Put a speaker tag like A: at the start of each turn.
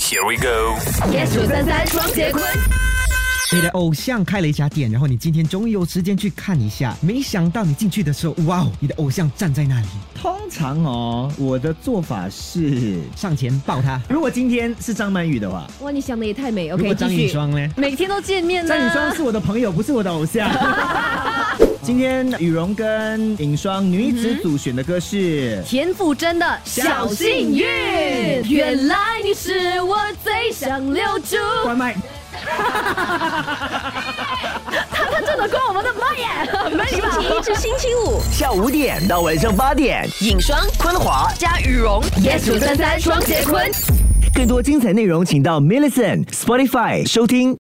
A: Here we go。
B: yes 九三三双节棍。
C: 你的偶像开了一家店，然后你今天终于有时间去看一下，没想到你进去的时候，哇哦，你的偶像站在那里，
D: 通常哦，我的做法是，
C: 上前抱他。
D: 如果今天是张曼玉的话，
B: 哇，你想的也太美。
C: 如
B: OK，
C: 果张雨
B: 继续。
C: 双呢？
B: 每天都见
E: 啊
B: 面呢、
D: 张雨双是我的朋友，不是我的 偶像。今天雨荣跟尹双女子组选的歌
E: 嗯
D: 是，
B: 田馥甄的《小幸运》。原来你是我最想留住。
D: 关麦。
B: 他真的关 我们的麦耶，没礼
F: 星
B: 貌。
F: 期一至星期五，
E: 下午五点到晚上八点，
F: 影双
E: 昆华。
F: 加羽绒。
B: yes 九三三双节棍。
E: 更多精彩内容，请到 m i l l i c e n t Spotify 收听。